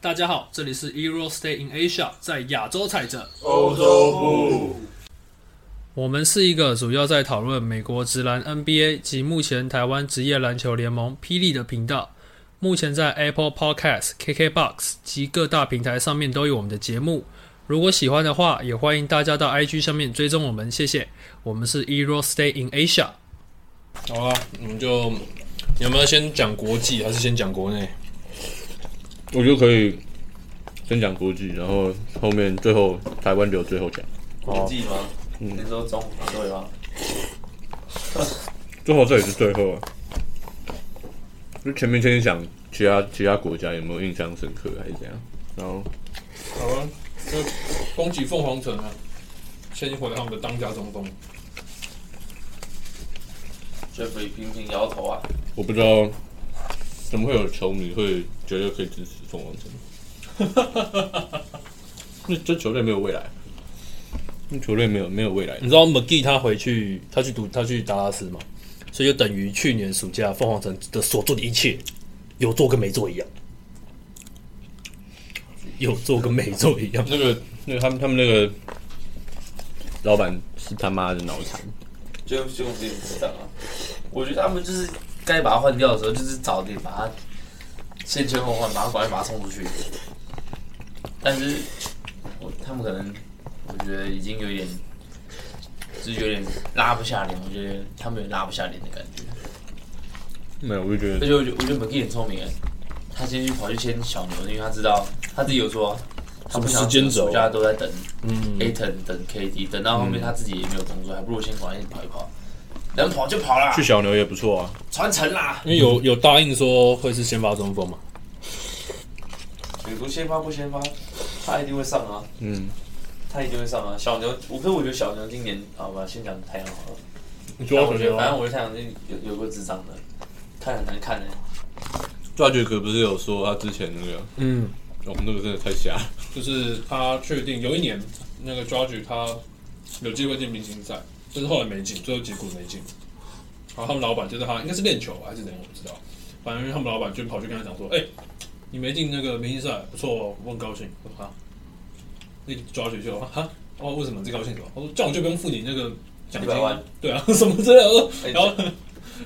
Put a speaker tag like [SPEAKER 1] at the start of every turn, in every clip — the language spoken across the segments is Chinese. [SPEAKER 1] 大家好，这里是 Euro Stay in Asia，在亚洲踩着。
[SPEAKER 2] 欧洲部，
[SPEAKER 1] 我们是一个主要在讨论美国职篮 NBA 及目前台湾职业篮球联盟霹雳的频道。目前在 Apple Podcast、KKBox 及各大平台上面都有我们的节目。如果喜欢的话，也欢迎大家到 IG 上面追踪我们，谢谢。我们是 Euro Stay in Asia。好啊，我们就你有没有先讲国际，还是先讲国内？
[SPEAKER 2] 我觉得可以先讲国际，然后后面最后台湾留最后讲。
[SPEAKER 3] 国际吗？你是说中对吗？
[SPEAKER 2] 最后这也是最后啊，就前面先讲其他其他国家有没有印象深刻还是怎样，然后
[SPEAKER 1] 好啊，那攻击凤凰城啊，先回他们的当家中锋。
[SPEAKER 3] Jeffrey 频频摇头啊，
[SPEAKER 2] 我不知道怎么会有球迷会觉得可以支持凤凰城，那这球队没有未来，那球队没有没有未来
[SPEAKER 1] 你。知道 McGee 他回去，他去读，他去达拉斯嘛，所以就等于去年暑假凤凰城的所做的一切，有做跟没做一样，有做跟没做一样。
[SPEAKER 2] 那个那个他们他们那个老板是他妈的脑残。
[SPEAKER 3] 就就有点不当啊。我觉得他们就是该把他换掉的时候，就是早点把他先圈后换，把他赶快把他送出去。但是，我他们可能我觉得已经有点，就是有点拉不下脸。我觉得他们有点拉不下脸的感觉。
[SPEAKER 2] 没有，我就觉得
[SPEAKER 3] 而且我觉得我觉得本地很聪明哎，他先去跑去签小牛，因为他知道他自己有说，他不想
[SPEAKER 1] 时间轴
[SPEAKER 3] 暑假都在等
[SPEAKER 1] 嗯，
[SPEAKER 3] Aton 等 KD，等到后面他自己也没有工作，还不如先赶快跑一跑，能跑就跑啦
[SPEAKER 2] 去，小牛也不错啊。
[SPEAKER 3] 传承啦。
[SPEAKER 1] 因为有有答应说会是先发中锋嘛，
[SPEAKER 3] 美国先发不先发，他一定会上啊，
[SPEAKER 2] 嗯，
[SPEAKER 3] 他一定会上啊。小牛，我可是我觉得小牛今年，好吧，先讲太阳好了。
[SPEAKER 2] 你
[SPEAKER 3] 但我觉得反正我觉得太阳是有有过智障的，看很难看的、
[SPEAKER 2] 抓爵哥不是有说他之前那个，
[SPEAKER 1] 嗯，
[SPEAKER 2] 我们那个真的太瞎了。
[SPEAKER 4] 就是他确定有一年那个 George 他有机会进明星赛，但是后来没进，最后结果没进。然后他们老板就是他，应该是练球还是怎样，我不知道。反正他们老板就跑去跟他讲说：“哎、你没进那个明星赛，不错哦，我很高兴。”我说：“啊，那个 George 就说哈，哦，为什么你高兴什么？”我说：“这样我就不用付你那个奖金
[SPEAKER 3] 100万。”
[SPEAKER 4] 对啊，什么之类的。我说
[SPEAKER 3] 哎
[SPEAKER 4] 然后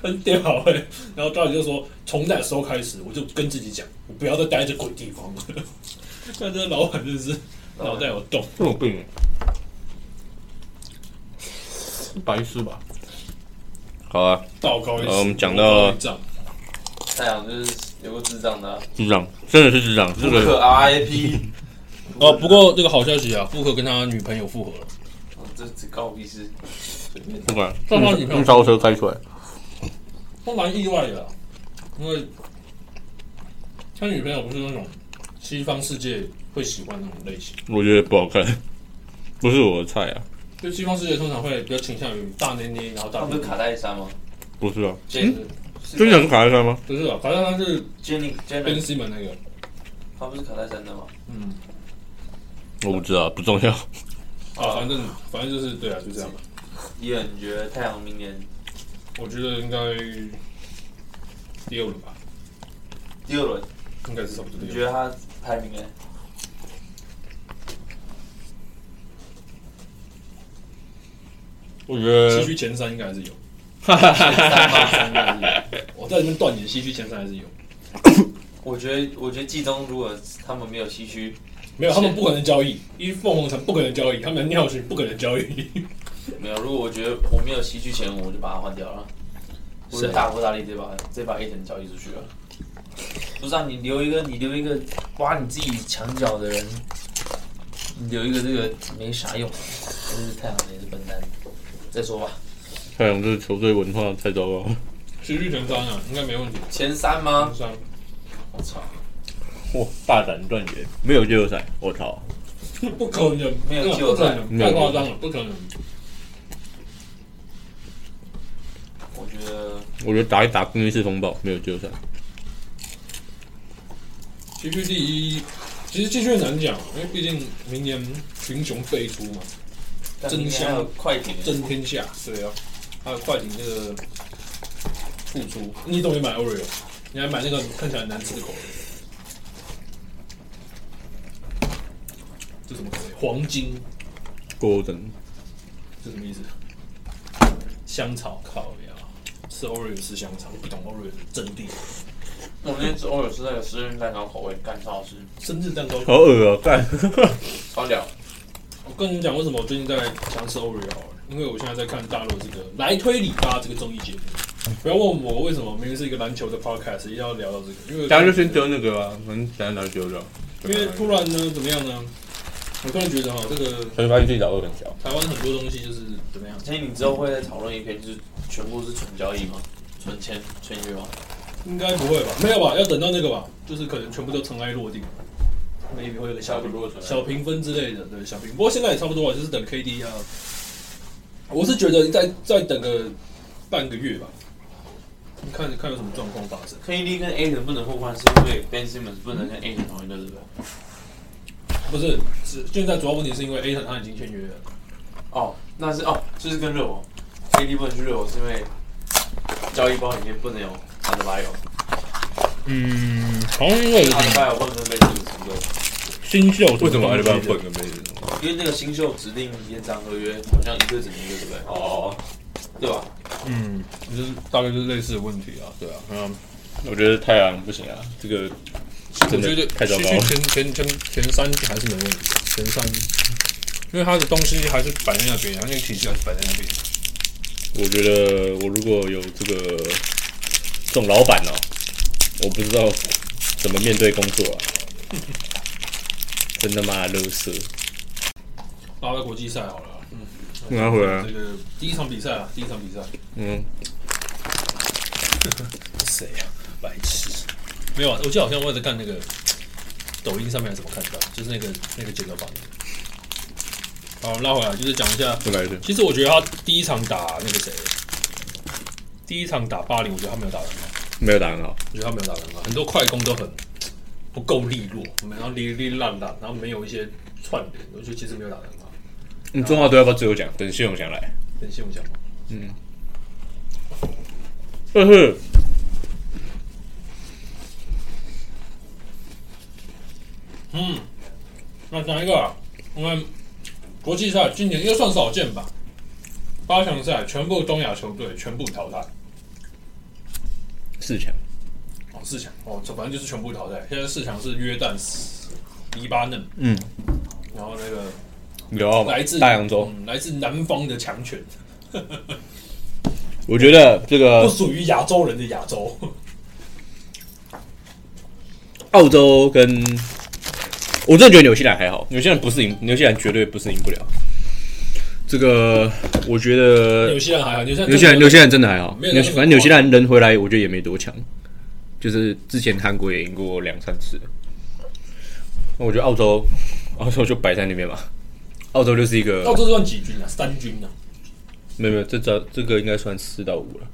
[SPEAKER 4] 很屌哎、然后 George 就说：“从那时候开始，我就跟自己讲，我不要再待在鬼地方了。”那这老板真的是脑袋有洞。
[SPEAKER 2] 这种病，欸白痴吧？好啊，
[SPEAKER 4] 道高一尺，
[SPEAKER 1] 呃
[SPEAKER 2] 好我们讲到
[SPEAKER 4] 魔高一丈
[SPEAKER 3] 太阳就是有过智障的、啊，
[SPEAKER 2] 智障，真的是智障。这
[SPEAKER 3] 不可
[SPEAKER 2] 个
[SPEAKER 3] RIP。
[SPEAKER 1] 哦，不过这个好消息啊，富克跟他女朋友复合了，
[SPEAKER 3] 哦这只告屁事，随便
[SPEAKER 2] 不管
[SPEAKER 1] 撞到女朋友
[SPEAKER 2] 用烧车开出来，
[SPEAKER 4] 都蛮意外的啊，因为他女朋友不是那种西方世界会喜欢那种类型，
[SPEAKER 2] 我觉得不好看，不是我的菜啊。
[SPEAKER 4] 就西方世界通常会比较倾向于大捏捏，然后
[SPEAKER 3] 他
[SPEAKER 4] 大
[SPEAKER 3] 不是卡戴珊吗？
[SPEAKER 2] 不是啊，
[SPEAKER 3] Jen
[SPEAKER 2] 真的很卡在上吗？
[SPEAKER 4] 不是啊，反正他是
[SPEAKER 3] Jenny Jenny，
[SPEAKER 4] 跟西门那个，
[SPEAKER 3] 他不是卡戴珊的吗？
[SPEAKER 4] 嗯，
[SPEAKER 2] 我不知道，不重要。
[SPEAKER 3] 哦
[SPEAKER 4] 啊，反正反正就是对啊，就这样吧。
[SPEAKER 3] 伊恩，你觉得太阳明年
[SPEAKER 4] 我觉得应该第二轮吧，
[SPEAKER 3] 第二轮，
[SPEAKER 4] 应该是差不多
[SPEAKER 3] 你
[SPEAKER 4] 第
[SPEAKER 3] 觉
[SPEAKER 4] 二轮。
[SPEAKER 3] 得他排名 呢？
[SPEAKER 2] 我觉得
[SPEAKER 4] 西区前三应该还是有，
[SPEAKER 3] 三吗三还是有
[SPEAKER 4] 我在这边断言，西区前三还是有。
[SPEAKER 3] 我觉得，我觉得季中如果他们没有西区，
[SPEAKER 4] 没有，他们不可能交易，因为凤凰城不可能交易，他们的尿性不可能交易。
[SPEAKER 3] 没有，如果我觉得我没有西区前五，我就把他换掉了。我就大破大立，直接把直接把 A 层交易出去了。不是啊，你留一个，你留一个挖你自己墙角的人，你留一个这个没啥用，就是太阳也是笨蛋。再说吧，
[SPEAKER 2] 太阳这球队文化太糟糕了。
[SPEAKER 4] 持续前三啊，应该没问题。
[SPEAKER 3] 前三吗
[SPEAKER 4] 前？三，
[SPEAKER 3] 我操！
[SPEAKER 2] 哇，大胆断言，没有季后赛，我操！
[SPEAKER 4] 不可能，
[SPEAKER 3] 没有
[SPEAKER 4] 真的
[SPEAKER 3] 季后赛
[SPEAKER 4] 不可能
[SPEAKER 2] 没有
[SPEAKER 4] 太夸张了，不可能。
[SPEAKER 3] 我觉得
[SPEAKER 2] 我觉得打一打更衣室风暴，没有季后赛。
[SPEAKER 4] 西区第一，其实西区很难讲，啊因为毕竟明年群雄辈出嘛，
[SPEAKER 3] 但
[SPEAKER 4] 真
[SPEAKER 3] 明年
[SPEAKER 4] 香
[SPEAKER 3] 还有快艇，
[SPEAKER 4] 争天下。对啊，还有快艇那个付出，你怎么没买 Oreo？你还买那个看起来很难吃的口味？
[SPEAKER 1] 这什么鬼黄金？
[SPEAKER 2] Golden
[SPEAKER 1] 这什么意思？香草烤呀，吃 Oreo 吃香草，不懂 Oreo 的真谛。
[SPEAKER 3] 我那天吃偶尔吃那个生日蛋糕口味，干超好吃，
[SPEAKER 1] 生日蛋糕，
[SPEAKER 2] 好恶哦、干
[SPEAKER 3] 超屌。
[SPEAKER 1] 我跟你们讲为什么我最近在想吃 Oreo 好了，因为我现在在看大陆这个《来推理吧》这个综艺节目。不要问我为什么明明是一个篮球的 podcast，一定要聊到这个，因为
[SPEAKER 2] 大家就先丢那个吧，反正等一下拿去丢掉。
[SPEAKER 1] 因为突然呢，怎么样呢？我突然觉得哈，这个
[SPEAKER 2] 才发现自己脑洞很小。
[SPEAKER 1] 台湾很多东西就是怎么样，
[SPEAKER 3] 所以你之后会再讨论一篇，就是全部是纯交易吗？纯签、纯约吗？
[SPEAKER 1] 应该不会吧？没有吧？要等到那个吧，就是可能全部都尘埃落定，maybe 会有个小
[SPEAKER 3] 差不多
[SPEAKER 1] 评小评分之类的，对小评。不过现在也差不多了，就是等 KD 啊。我是觉得再再等个半个月吧，看看有什么状况发生。
[SPEAKER 3] KD 跟 A 能不能互换，是因为 Ben Simmons 不能跟 A 能同一个日本。
[SPEAKER 1] 不是，是现在主要问题是因为 A 他已经签约了，
[SPEAKER 3] 哦，那是哦，就是跟热火，KD 不能去热火是因为交易包里面不能有 a d e b a y o
[SPEAKER 4] 嗯，好像有
[SPEAKER 3] a d e b
[SPEAKER 4] 点
[SPEAKER 3] a y o 不能跟 Ben Simmons 合作，
[SPEAKER 4] 新秀
[SPEAKER 2] 为什么还
[SPEAKER 4] 还得
[SPEAKER 2] 得帮他混个妹子？
[SPEAKER 3] 因为那个新秀指定延长合约，好像一个只能一个，对不对？
[SPEAKER 2] 哦，
[SPEAKER 3] 对吧？
[SPEAKER 4] 嗯，
[SPEAKER 2] 就是大概就是类似的问题啊，对啊，嗯，我觉得太阳不行啊，这个
[SPEAKER 4] 我
[SPEAKER 2] 真
[SPEAKER 4] 觉得
[SPEAKER 2] 的太糟
[SPEAKER 4] 去
[SPEAKER 2] 糕
[SPEAKER 4] 去
[SPEAKER 2] 了。
[SPEAKER 4] 前前前前三还是没问题，啊前三，因为他的东西还是摆在那边，然后那个体系还是摆在那边。
[SPEAKER 2] 我觉得我如果有这个这种老板哦，我不知道怎么面对工作啊， 真的妈的乐色。
[SPEAKER 1] 拉到国际赛好了啊。嗯，
[SPEAKER 2] 拿回来啊
[SPEAKER 1] 这个第一场比赛啊，第一场比赛。
[SPEAKER 2] 嗯，
[SPEAKER 1] 谁呀、白痴！没有啊，我记得好像我有在看那个抖音上面还是怎么看到，就是那个那个剪刀法。好，拉回来就是讲一下，
[SPEAKER 2] 又来一遍。
[SPEAKER 1] 其实我觉得他第一场打那个谁，第一场打巴黎，我觉得他没有打得很好，
[SPEAKER 2] 没有打很好，
[SPEAKER 1] 我觉得他没有打得很好，很多快攻都很不够利落，然后哩哩烂烂，然后没有一些串联，我觉得其实没有打得啊很好。
[SPEAKER 2] 你嗯中华队要不要最后讲？等谢永祥来。
[SPEAKER 1] 等一下我讲吧。
[SPEAKER 2] 呵呵，
[SPEAKER 1] 嗯，那讲一个啊，我们国际赛今年应该算少见吧？八强赛全部东亚球队全部淘汰，
[SPEAKER 2] 四强，
[SPEAKER 1] 哦，四强哦，这反正就是全部淘汰。现在四强是约旦、黎巴嫩，
[SPEAKER 2] 嗯，
[SPEAKER 1] 然后那个
[SPEAKER 2] 刘傲嘛
[SPEAKER 1] 来自
[SPEAKER 2] 啊哦大洋洲，
[SPEAKER 1] 嗯来自南方的强权，
[SPEAKER 2] 我觉得这
[SPEAKER 1] 不
[SPEAKER 2] 个
[SPEAKER 1] 属于亚洲人的亚洲。
[SPEAKER 2] 澳洲跟，我真的觉得纽西兰还好，纽西兰不是赢，纽西兰绝对不是赢不了。这个我觉得
[SPEAKER 1] 纽西兰还好，纽西兰
[SPEAKER 2] 纽西兰纽西兰真的还好，
[SPEAKER 1] 没有
[SPEAKER 2] 纽
[SPEAKER 1] 那么
[SPEAKER 2] 反正纽西兰人回来，我觉得也没多强，就是之前韩国也赢过两三次。那我觉得澳洲，澳洲就摆在那边吧。澳洲就是一个
[SPEAKER 1] 澳，洲算几军啊？三军啊？
[SPEAKER 2] 没有没有，这这这个应该算四到五了，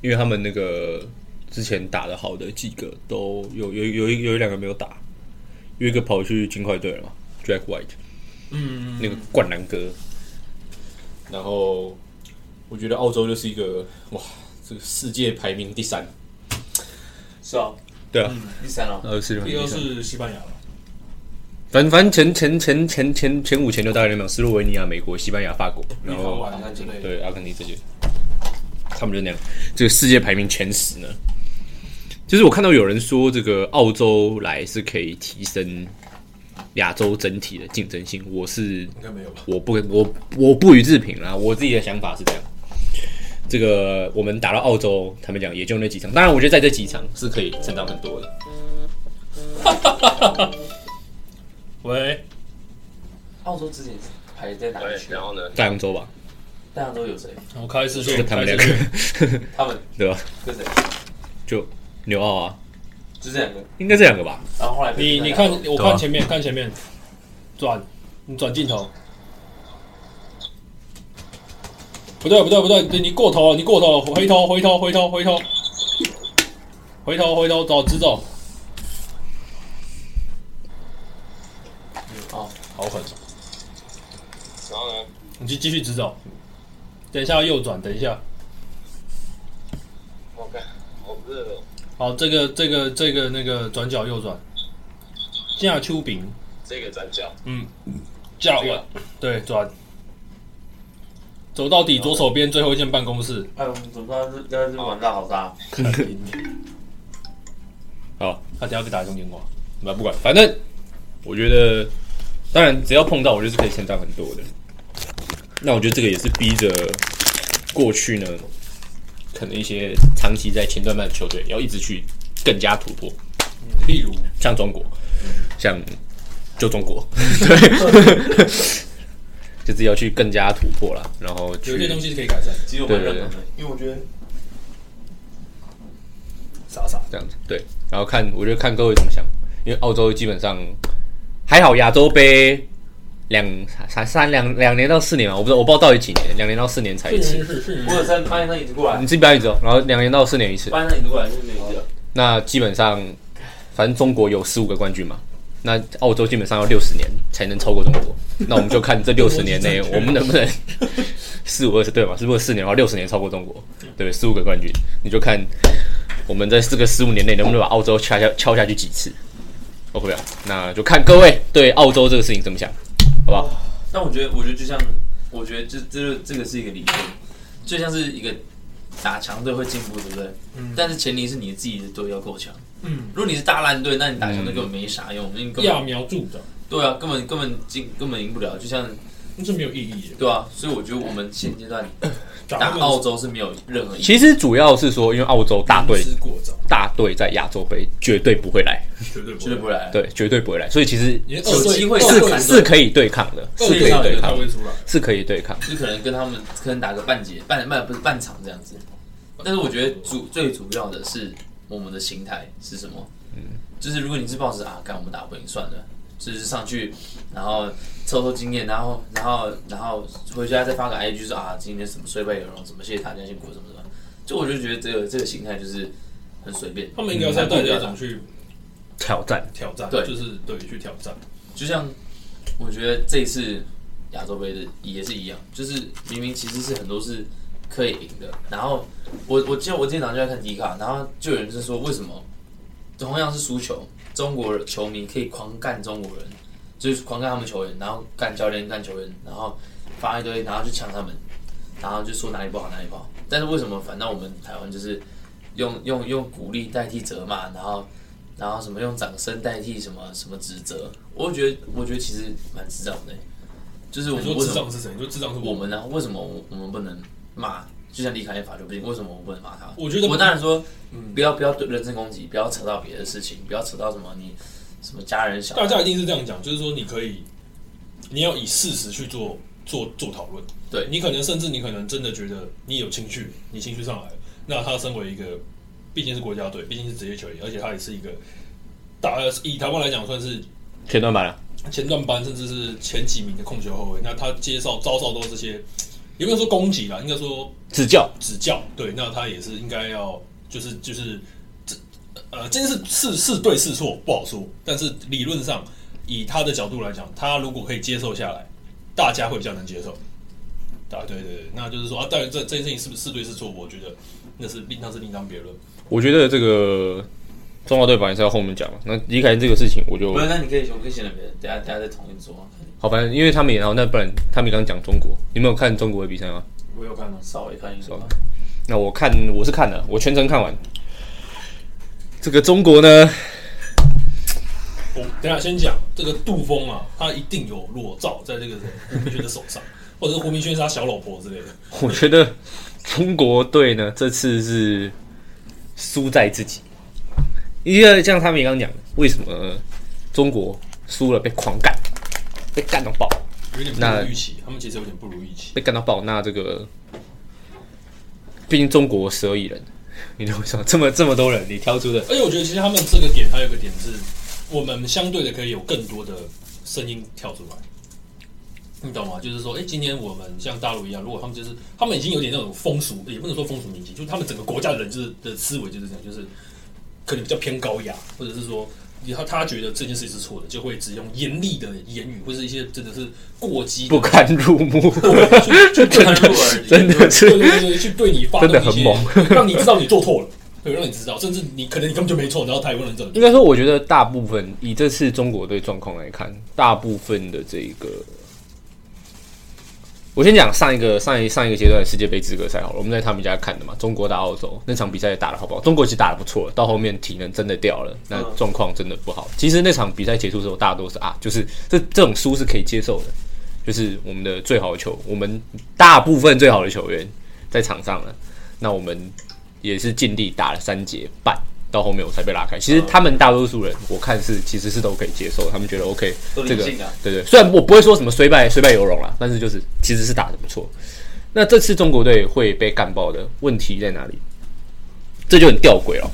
[SPEAKER 2] 因为他们那个之前打的好的几个都有有有一有一两个没有打，有一个跑去金块队了嘛，Jack White。
[SPEAKER 1] 嗯，
[SPEAKER 2] 那个灌篮哥。然后我觉得澳洲就是一个哇，这个世界排名第三，
[SPEAKER 3] 是啊，
[SPEAKER 2] 对啊，
[SPEAKER 3] 第三啊，
[SPEAKER 2] 呃，世界排
[SPEAKER 1] 第
[SPEAKER 2] 名
[SPEAKER 1] 二
[SPEAKER 2] 第三。
[SPEAKER 1] 是西班牙吧？
[SPEAKER 2] 反正反正前前前前前前五前六大概联盟，斯洛文尼亚、美国、西班牙、法国，然
[SPEAKER 1] 立陶
[SPEAKER 2] 后
[SPEAKER 1] 宛啊之类的。
[SPEAKER 2] 哦对阿根廷这些，他们就那样。这个世界排名前十呢，就是我看到有人说这个澳洲来是可以提升亚洲整体的竞争性，我是
[SPEAKER 1] 应该没有吧？
[SPEAKER 2] 我不我我不予置评啦，我自己的想法是这样。这个我们打到澳洲，他们讲也就那几场，当然我觉得在这几场是可以成长很多的。
[SPEAKER 1] 喂，
[SPEAKER 3] 澳洲之前是排在哪里去？
[SPEAKER 4] 后呢？
[SPEAKER 2] 大洋洲吧，
[SPEAKER 3] 大家都有谁？
[SPEAKER 1] 我开视
[SPEAKER 2] 就
[SPEAKER 1] 讯，
[SPEAKER 2] 他们
[SPEAKER 1] 开
[SPEAKER 2] 两
[SPEAKER 1] 视
[SPEAKER 2] 个
[SPEAKER 1] 讯，
[SPEAKER 3] 他们
[SPEAKER 2] 对吧？
[SPEAKER 3] 跟谁？
[SPEAKER 2] 就纽澳啊，
[SPEAKER 3] 就这两个。
[SPEAKER 2] 应该这两个吧。
[SPEAKER 3] 然后后来被
[SPEAKER 1] 你
[SPEAKER 3] 淘汰
[SPEAKER 1] 你看，
[SPEAKER 3] 了
[SPEAKER 1] 我
[SPEAKER 2] 对啊
[SPEAKER 1] 看前面，看前面，转，你转镜头。不对不对不对，你你过头了，你过头了，回头回头回头回头，回头回头走直走。
[SPEAKER 3] 哦，
[SPEAKER 1] 好狠！
[SPEAKER 4] 然后呢？
[SPEAKER 1] 你就继续直走，等一下右转，等一下。
[SPEAKER 4] 我看我不是
[SPEAKER 1] 好，这个这个这个那个转角右转，架丘饼，
[SPEAKER 5] 这个转角，
[SPEAKER 1] 架稳，对，转，走到底，左手边最后一间办公室，
[SPEAKER 3] 哎，我们怎么刚刚刚刚玩大好大？
[SPEAKER 2] 好，
[SPEAKER 1] 他等下给打一通电话。
[SPEAKER 2] 那不管，反正我觉得，当然只要碰到，我就是可以成长很多的。那我觉得这个也是逼着过去呢，可能一些长期在前段班的球队要一直去更加突破，
[SPEAKER 4] 例如
[SPEAKER 2] 像中国，像就中国， 对， 就是要去更加突破啦，然后
[SPEAKER 4] 有一些
[SPEAKER 2] 去
[SPEAKER 4] 东西是可以改善，
[SPEAKER 3] 其实我蛮认同的，因为我觉得嗯
[SPEAKER 1] 傻傻，
[SPEAKER 2] 这样子，对，然后看，我觉得看各位怎么想，因为澳洲基本上还好，亚洲杯两才三两两年到四年嘛，我不知道我不知道到底几年，两年到四年才一次，
[SPEAKER 4] 是是
[SPEAKER 3] 我有在八年上一直过来
[SPEAKER 2] 你，自己表演走，哦然后两年到四年一次，
[SPEAKER 3] 八年上一直过来就是没有掉。
[SPEAKER 2] 那基本上反正中国有十五个冠军嘛。那澳洲基本上要六十年才能超过中国，那我们就看这六十年内我们能不能四五二十对嘛？如果四年的话，六十年超过中国，对不对？十五个冠军，你就看我们在这个十五年内能不能把澳洲敲下敲下去几次？OK 啊，那就看各位对澳洲这个事情怎么想，好不好？
[SPEAKER 3] 但我觉得，我觉得就像，我觉得这这个这个是一个理论，就像是一个打强队会进步，对不对？嗯。但是前提是你自己的队要够强。
[SPEAKER 4] 嗯。
[SPEAKER 3] 如果你是大烂队，那你打强队根本没啥用，因为你根
[SPEAKER 4] 揠
[SPEAKER 3] 本
[SPEAKER 4] 苗助长，
[SPEAKER 3] 对啊，根本根本进根本赢不了，就像
[SPEAKER 4] 那是没有意义的。
[SPEAKER 3] 对啊，所以我觉得我们现阶段
[SPEAKER 4] 打
[SPEAKER 3] 打澳洲是没有任何意义。
[SPEAKER 2] 其实主要是说，因为澳洲大队
[SPEAKER 1] 嗯
[SPEAKER 4] 吃过早，
[SPEAKER 2] 大队在亚洲杯绝对不会来，
[SPEAKER 4] 绝对不
[SPEAKER 3] 绝对不会来，
[SPEAKER 2] 对，绝对不会来，所以其实
[SPEAKER 4] 因为
[SPEAKER 3] 有机会
[SPEAKER 4] 二
[SPEAKER 3] 是
[SPEAKER 4] 队
[SPEAKER 3] 对
[SPEAKER 2] 是是可以对抗的，是
[SPEAKER 4] 二
[SPEAKER 2] 可
[SPEAKER 4] 队
[SPEAKER 2] 以
[SPEAKER 4] 上
[SPEAKER 2] 对
[SPEAKER 4] 也
[SPEAKER 2] 抗
[SPEAKER 4] 才
[SPEAKER 2] 的。
[SPEAKER 4] 会出来。
[SPEAKER 2] 是可以对抗。
[SPEAKER 3] 就可能跟他们可能打个半节半半不是半场这样子。但是我觉得主最主要的是我们的心态是什么？就是如果你是抱着啊，干我们打不赢算了，就是上去然后凑凑经验，然后然后然后回家再发个 IG 说啊，今天什么虽败犹荣，什么谢谢大家辛苦什么什么。就我就觉得这个这个心态就是很随便，
[SPEAKER 4] 他们应该是要带着一种去
[SPEAKER 2] 挑战，
[SPEAKER 4] 挑战，
[SPEAKER 3] 对
[SPEAKER 4] 就是对去挑战。
[SPEAKER 3] 就像我觉得这一次亚洲杯的也是一样，就是明明其实是很多是可以赢的，然后我我记得我今天早上就在看迪卡，然后就有人就说为什么同样是输球，中国球迷可以狂干中国人，就是狂干他们球员，然后干教练、干球员，然后发一堆，然后去呛他们，然后就说哪里不好哪里不好，但是为什么反倒我们台湾就是用用用鼓励代替责骂，然后然后什么用掌声代替什么什么指责，我觉得我觉得其实蛮智障的、就是我
[SPEAKER 4] 你
[SPEAKER 3] 们
[SPEAKER 4] 说
[SPEAKER 3] 为
[SPEAKER 4] 智
[SPEAKER 3] 什么
[SPEAKER 4] 障是谁？你说智障是
[SPEAKER 3] 我
[SPEAKER 4] 我们。
[SPEAKER 3] 们呢、为什么我我们不能骂？就像李凯也法律不行，为什么我不能骂他？
[SPEAKER 4] 我觉得嗯
[SPEAKER 3] 我当然说，不要不要对人身攻击，不要扯到别的事情，不要扯到什么你什么家人小
[SPEAKER 4] 大
[SPEAKER 3] 孩，
[SPEAKER 4] 家一定是这样讲，就是说你可以，你要以事实去做做做讨论。
[SPEAKER 3] 对
[SPEAKER 4] 你可能甚至你可能真的觉得你有情绪，你情绪上来了，那他身为一个毕竟是国家队，毕竟是职业球员，而且他也是一个大呃以台湾来讲算是
[SPEAKER 2] 前段版了，
[SPEAKER 4] 前段班甚至是前几名的控球后卫，那他接受遭受到这些，也不能说攻击啦，应该说
[SPEAKER 2] 指教。
[SPEAKER 4] 指教，对，那他也是应该要，就是就是这呃，这件事是是对是错不好说，但是理论上以他的角度来讲，他如果可以接受下来，大家会比较能接受。啊，对对对，那就是说啊，当然这这件事情是不是是对是错，我觉得那是另那是另当别论。
[SPEAKER 2] 我觉得这个中华队反正是要后面讲嘛。那李凯这个事情，我就
[SPEAKER 3] 不是？那你可以，我们可以先聊别的，等下等下再统一说，
[SPEAKER 2] 好，反正因为他们也然后那不然他们刚刚讲中国，你没有看中国的比赛吗？
[SPEAKER 4] 我有看到，
[SPEAKER 3] 稍微看一下吧。
[SPEAKER 2] 那我看我是看了，我全程看完。这个中国呢，
[SPEAKER 4] 我等一下先讲这个杜峰啊，他一定有裸照在这个胡明轩的手上，或者是胡明轩是他小老婆之类的。
[SPEAKER 2] 我觉得中国队呢这次是输在自己。一个像他们也刚刚讲的，为什么中国输了被狂干，被干到爆？
[SPEAKER 4] 有点不
[SPEAKER 2] 那
[SPEAKER 4] 如预期，他们其实有点不如预期。
[SPEAKER 2] 被干到爆，那这个毕竟中国十二亿人，你懂我意思吗？这么这么多人，你挑出的
[SPEAKER 4] 而且我觉得其实他们这个点还有一个点是，我们相对的可以有更多的声音跳出来，你懂吗？就是说，哎、今天我们像大陆一样，如果他们就是他们已经有点那种风俗，也不能说风俗民情，就是他们整个国家的人就是的思维就是这样，就是可能比较偏高雅，或者是说。他他觉得这件事情是错的，就会只用严厉的言语，或是一些真的是过激的
[SPEAKER 2] 不堪入目，
[SPEAKER 4] 去去对
[SPEAKER 3] 不堪入耳，
[SPEAKER 2] 真的
[SPEAKER 4] 对
[SPEAKER 2] 是
[SPEAKER 4] 对对，去对你发动
[SPEAKER 2] 真的
[SPEAKER 4] 一些
[SPEAKER 2] 很猛，
[SPEAKER 4] 让你知道你做错了。有让你知道，甚至你可能你根本就没错，然后他也会让你知道。
[SPEAKER 2] 应该说，我觉得大部分以这次中国队状况来看，大部分的这一个，我先讲上一个上一上一个阶段的世界杯资格赛好了，我们在他们家看的嘛，中国打澳洲那场比赛也打得好不好？中国其实打得不错，到后面体能真的掉了，那状况真的不好。其实那场比赛结束之后，大多是啊，就是这这种输是可以接受的，就是我们的最好的球，我们大部分最好的球员在场上了，那我们也是尽力打了三节半，到后面我才被拉开。其实他们大多数人，我看是其实是都可以接受，他们觉得 OK，
[SPEAKER 3] 都
[SPEAKER 2] 这
[SPEAKER 3] 理
[SPEAKER 2] 个
[SPEAKER 3] 性啊，
[SPEAKER 2] 对对，虽然我不会说什么虽败虽败犹荣啦，但是就是其实是打得不错。那这次中国队会被干爆的问题在哪里？这就很吊诡了。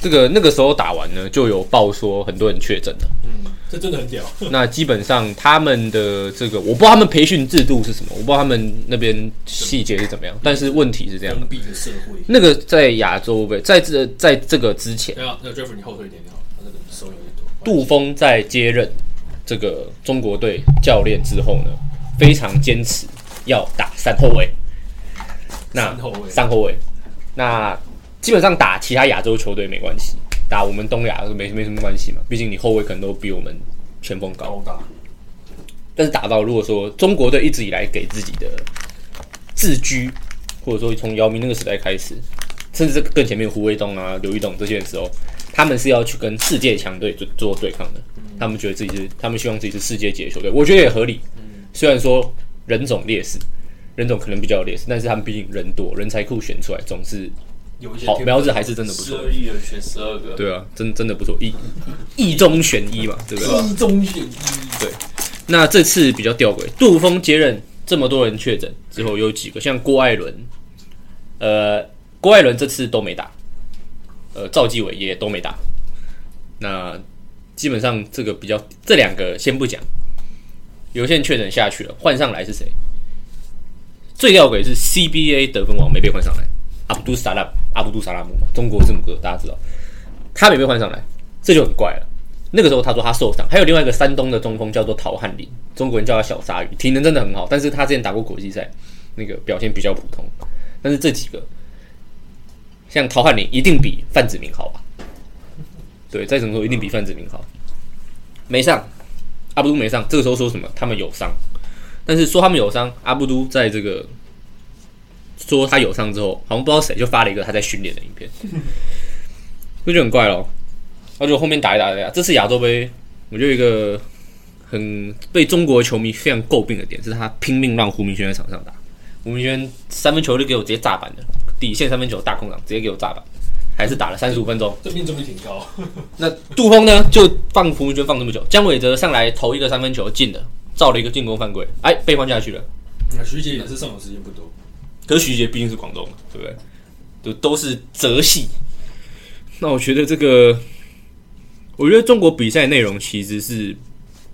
[SPEAKER 2] 这个那个时候打完呢，就有报说很多人确诊了。
[SPEAKER 4] 嗯，这真的很屌。
[SPEAKER 2] 那基本上他们的这个，我不知道他们培训制度是什么，我不知道他们那边细节是怎么样，但是问题是这样的
[SPEAKER 4] 封闭的社会。
[SPEAKER 2] 那个在亚洲杯，在这在这个之前，
[SPEAKER 4] 对啊，那 Jeff 你后退一点点好了，他这个手有点多。
[SPEAKER 2] 杜峰在接任这个中国队教练之后呢，非常坚持要打三后卫。那
[SPEAKER 4] 三后卫
[SPEAKER 2] 三后卫，那基本上打其他亚洲球队没关系，打我们东亚没没什么关系嘛，毕竟你后卫可能都比我们前锋高。
[SPEAKER 4] 高大，
[SPEAKER 2] 但是打到如果说中国队一直以来给自己的自居，或者说从姚明那个时代开始，甚至是更前面胡卫东啊、刘玉栋这些人的时候，他们是要去跟世界强队做做对抗的。他们觉得自己是，他们希望自己是世界级的球队，我觉得也合理。虽然说人种劣势，人种可能比较有劣势，但是他们毕竟人多，人才库选出来总是
[SPEAKER 4] 有一些
[SPEAKER 2] 好
[SPEAKER 4] 天
[SPEAKER 2] 苗子还是真的不
[SPEAKER 3] 十
[SPEAKER 2] 错
[SPEAKER 3] 二。亿人选十二个，
[SPEAKER 2] 对啊，真真的不错，一一中选一嘛，对不对？
[SPEAKER 4] 一中选一，
[SPEAKER 2] 那这次比较吊诡，杜峰接任这么多人确诊之后，有几个像郭艾伦，呃，郭艾伦这次都没打，呃，赵继伟也都没打。那基本上这个比较，这两个先不讲，有些人确诊下去了，换上来是谁？最吊诡是 CBA 得分王没被换上来，阿卜杜萨拉阿卜杜萨拉姆嘛，中国字母哥大家知道，他没被换上来，这就很怪了。那个时候他说他受伤，还有另外一个山东的中锋叫做陶汉林，中国人叫他小鲨鱼，体能真的很好，但是他之前打过国际赛，那个表现比较普通。但是这几个，像陶汉林一定比范子铭好吧？对，再怎么说一定比范子铭好。没上，阿布都没上，这个时候说什么？他们有伤，但是说他们有伤，阿布都在这个说他有伤之后，好像不知道谁就发了一个他在训练的影片，这就很怪咯。而且后面打一打一打，这次亚洲杯，我觉得有一个很被中国球迷非常诟病的点是，他拼命让胡明轩在场上打。胡明轩三分球就给我直接炸板的，底线三分球大空档直接给我炸板，还是打了三十五分钟。
[SPEAKER 4] 这命中率挺高。
[SPEAKER 2] 那杜峰呢，就放胡明轩放这么久，姜伟哲上来投一个三分球进了，造了一个进攻犯规，哎，被换下去了。
[SPEAKER 4] 那徐杰也是上场时间不多，
[SPEAKER 2] 可是徐杰毕竟是广东的，对不对？就都是泽系。那我觉得这个，我觉得中国比赛内容其实是，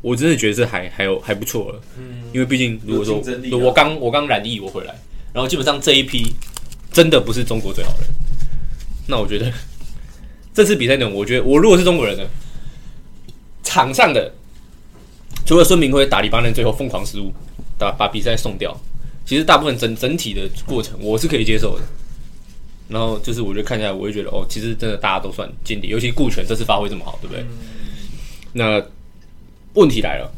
[SPEAKER 2] 我真的觉得是还还有还不错了。嗯，因为毕竟如果说
[SPEAKER 3] 有竞争力啊
[SPEAKER 2] 如果我刚我刚染疫我回来，然后基本上这一批真的不是中国最好的人。那我觉得这次比赛内容，我觉得我如果是中国人呢，场上的除了孙铭辉打黎巴嫩最后疯狂失误，打把比赛送掉，其实大部分整整体的过程我是可以接受的。然后就是我觉得看下来，我会觉得哦，其实真的大家都算尽力，尤其顾全这次发挥这么好，对不对？那问题来了，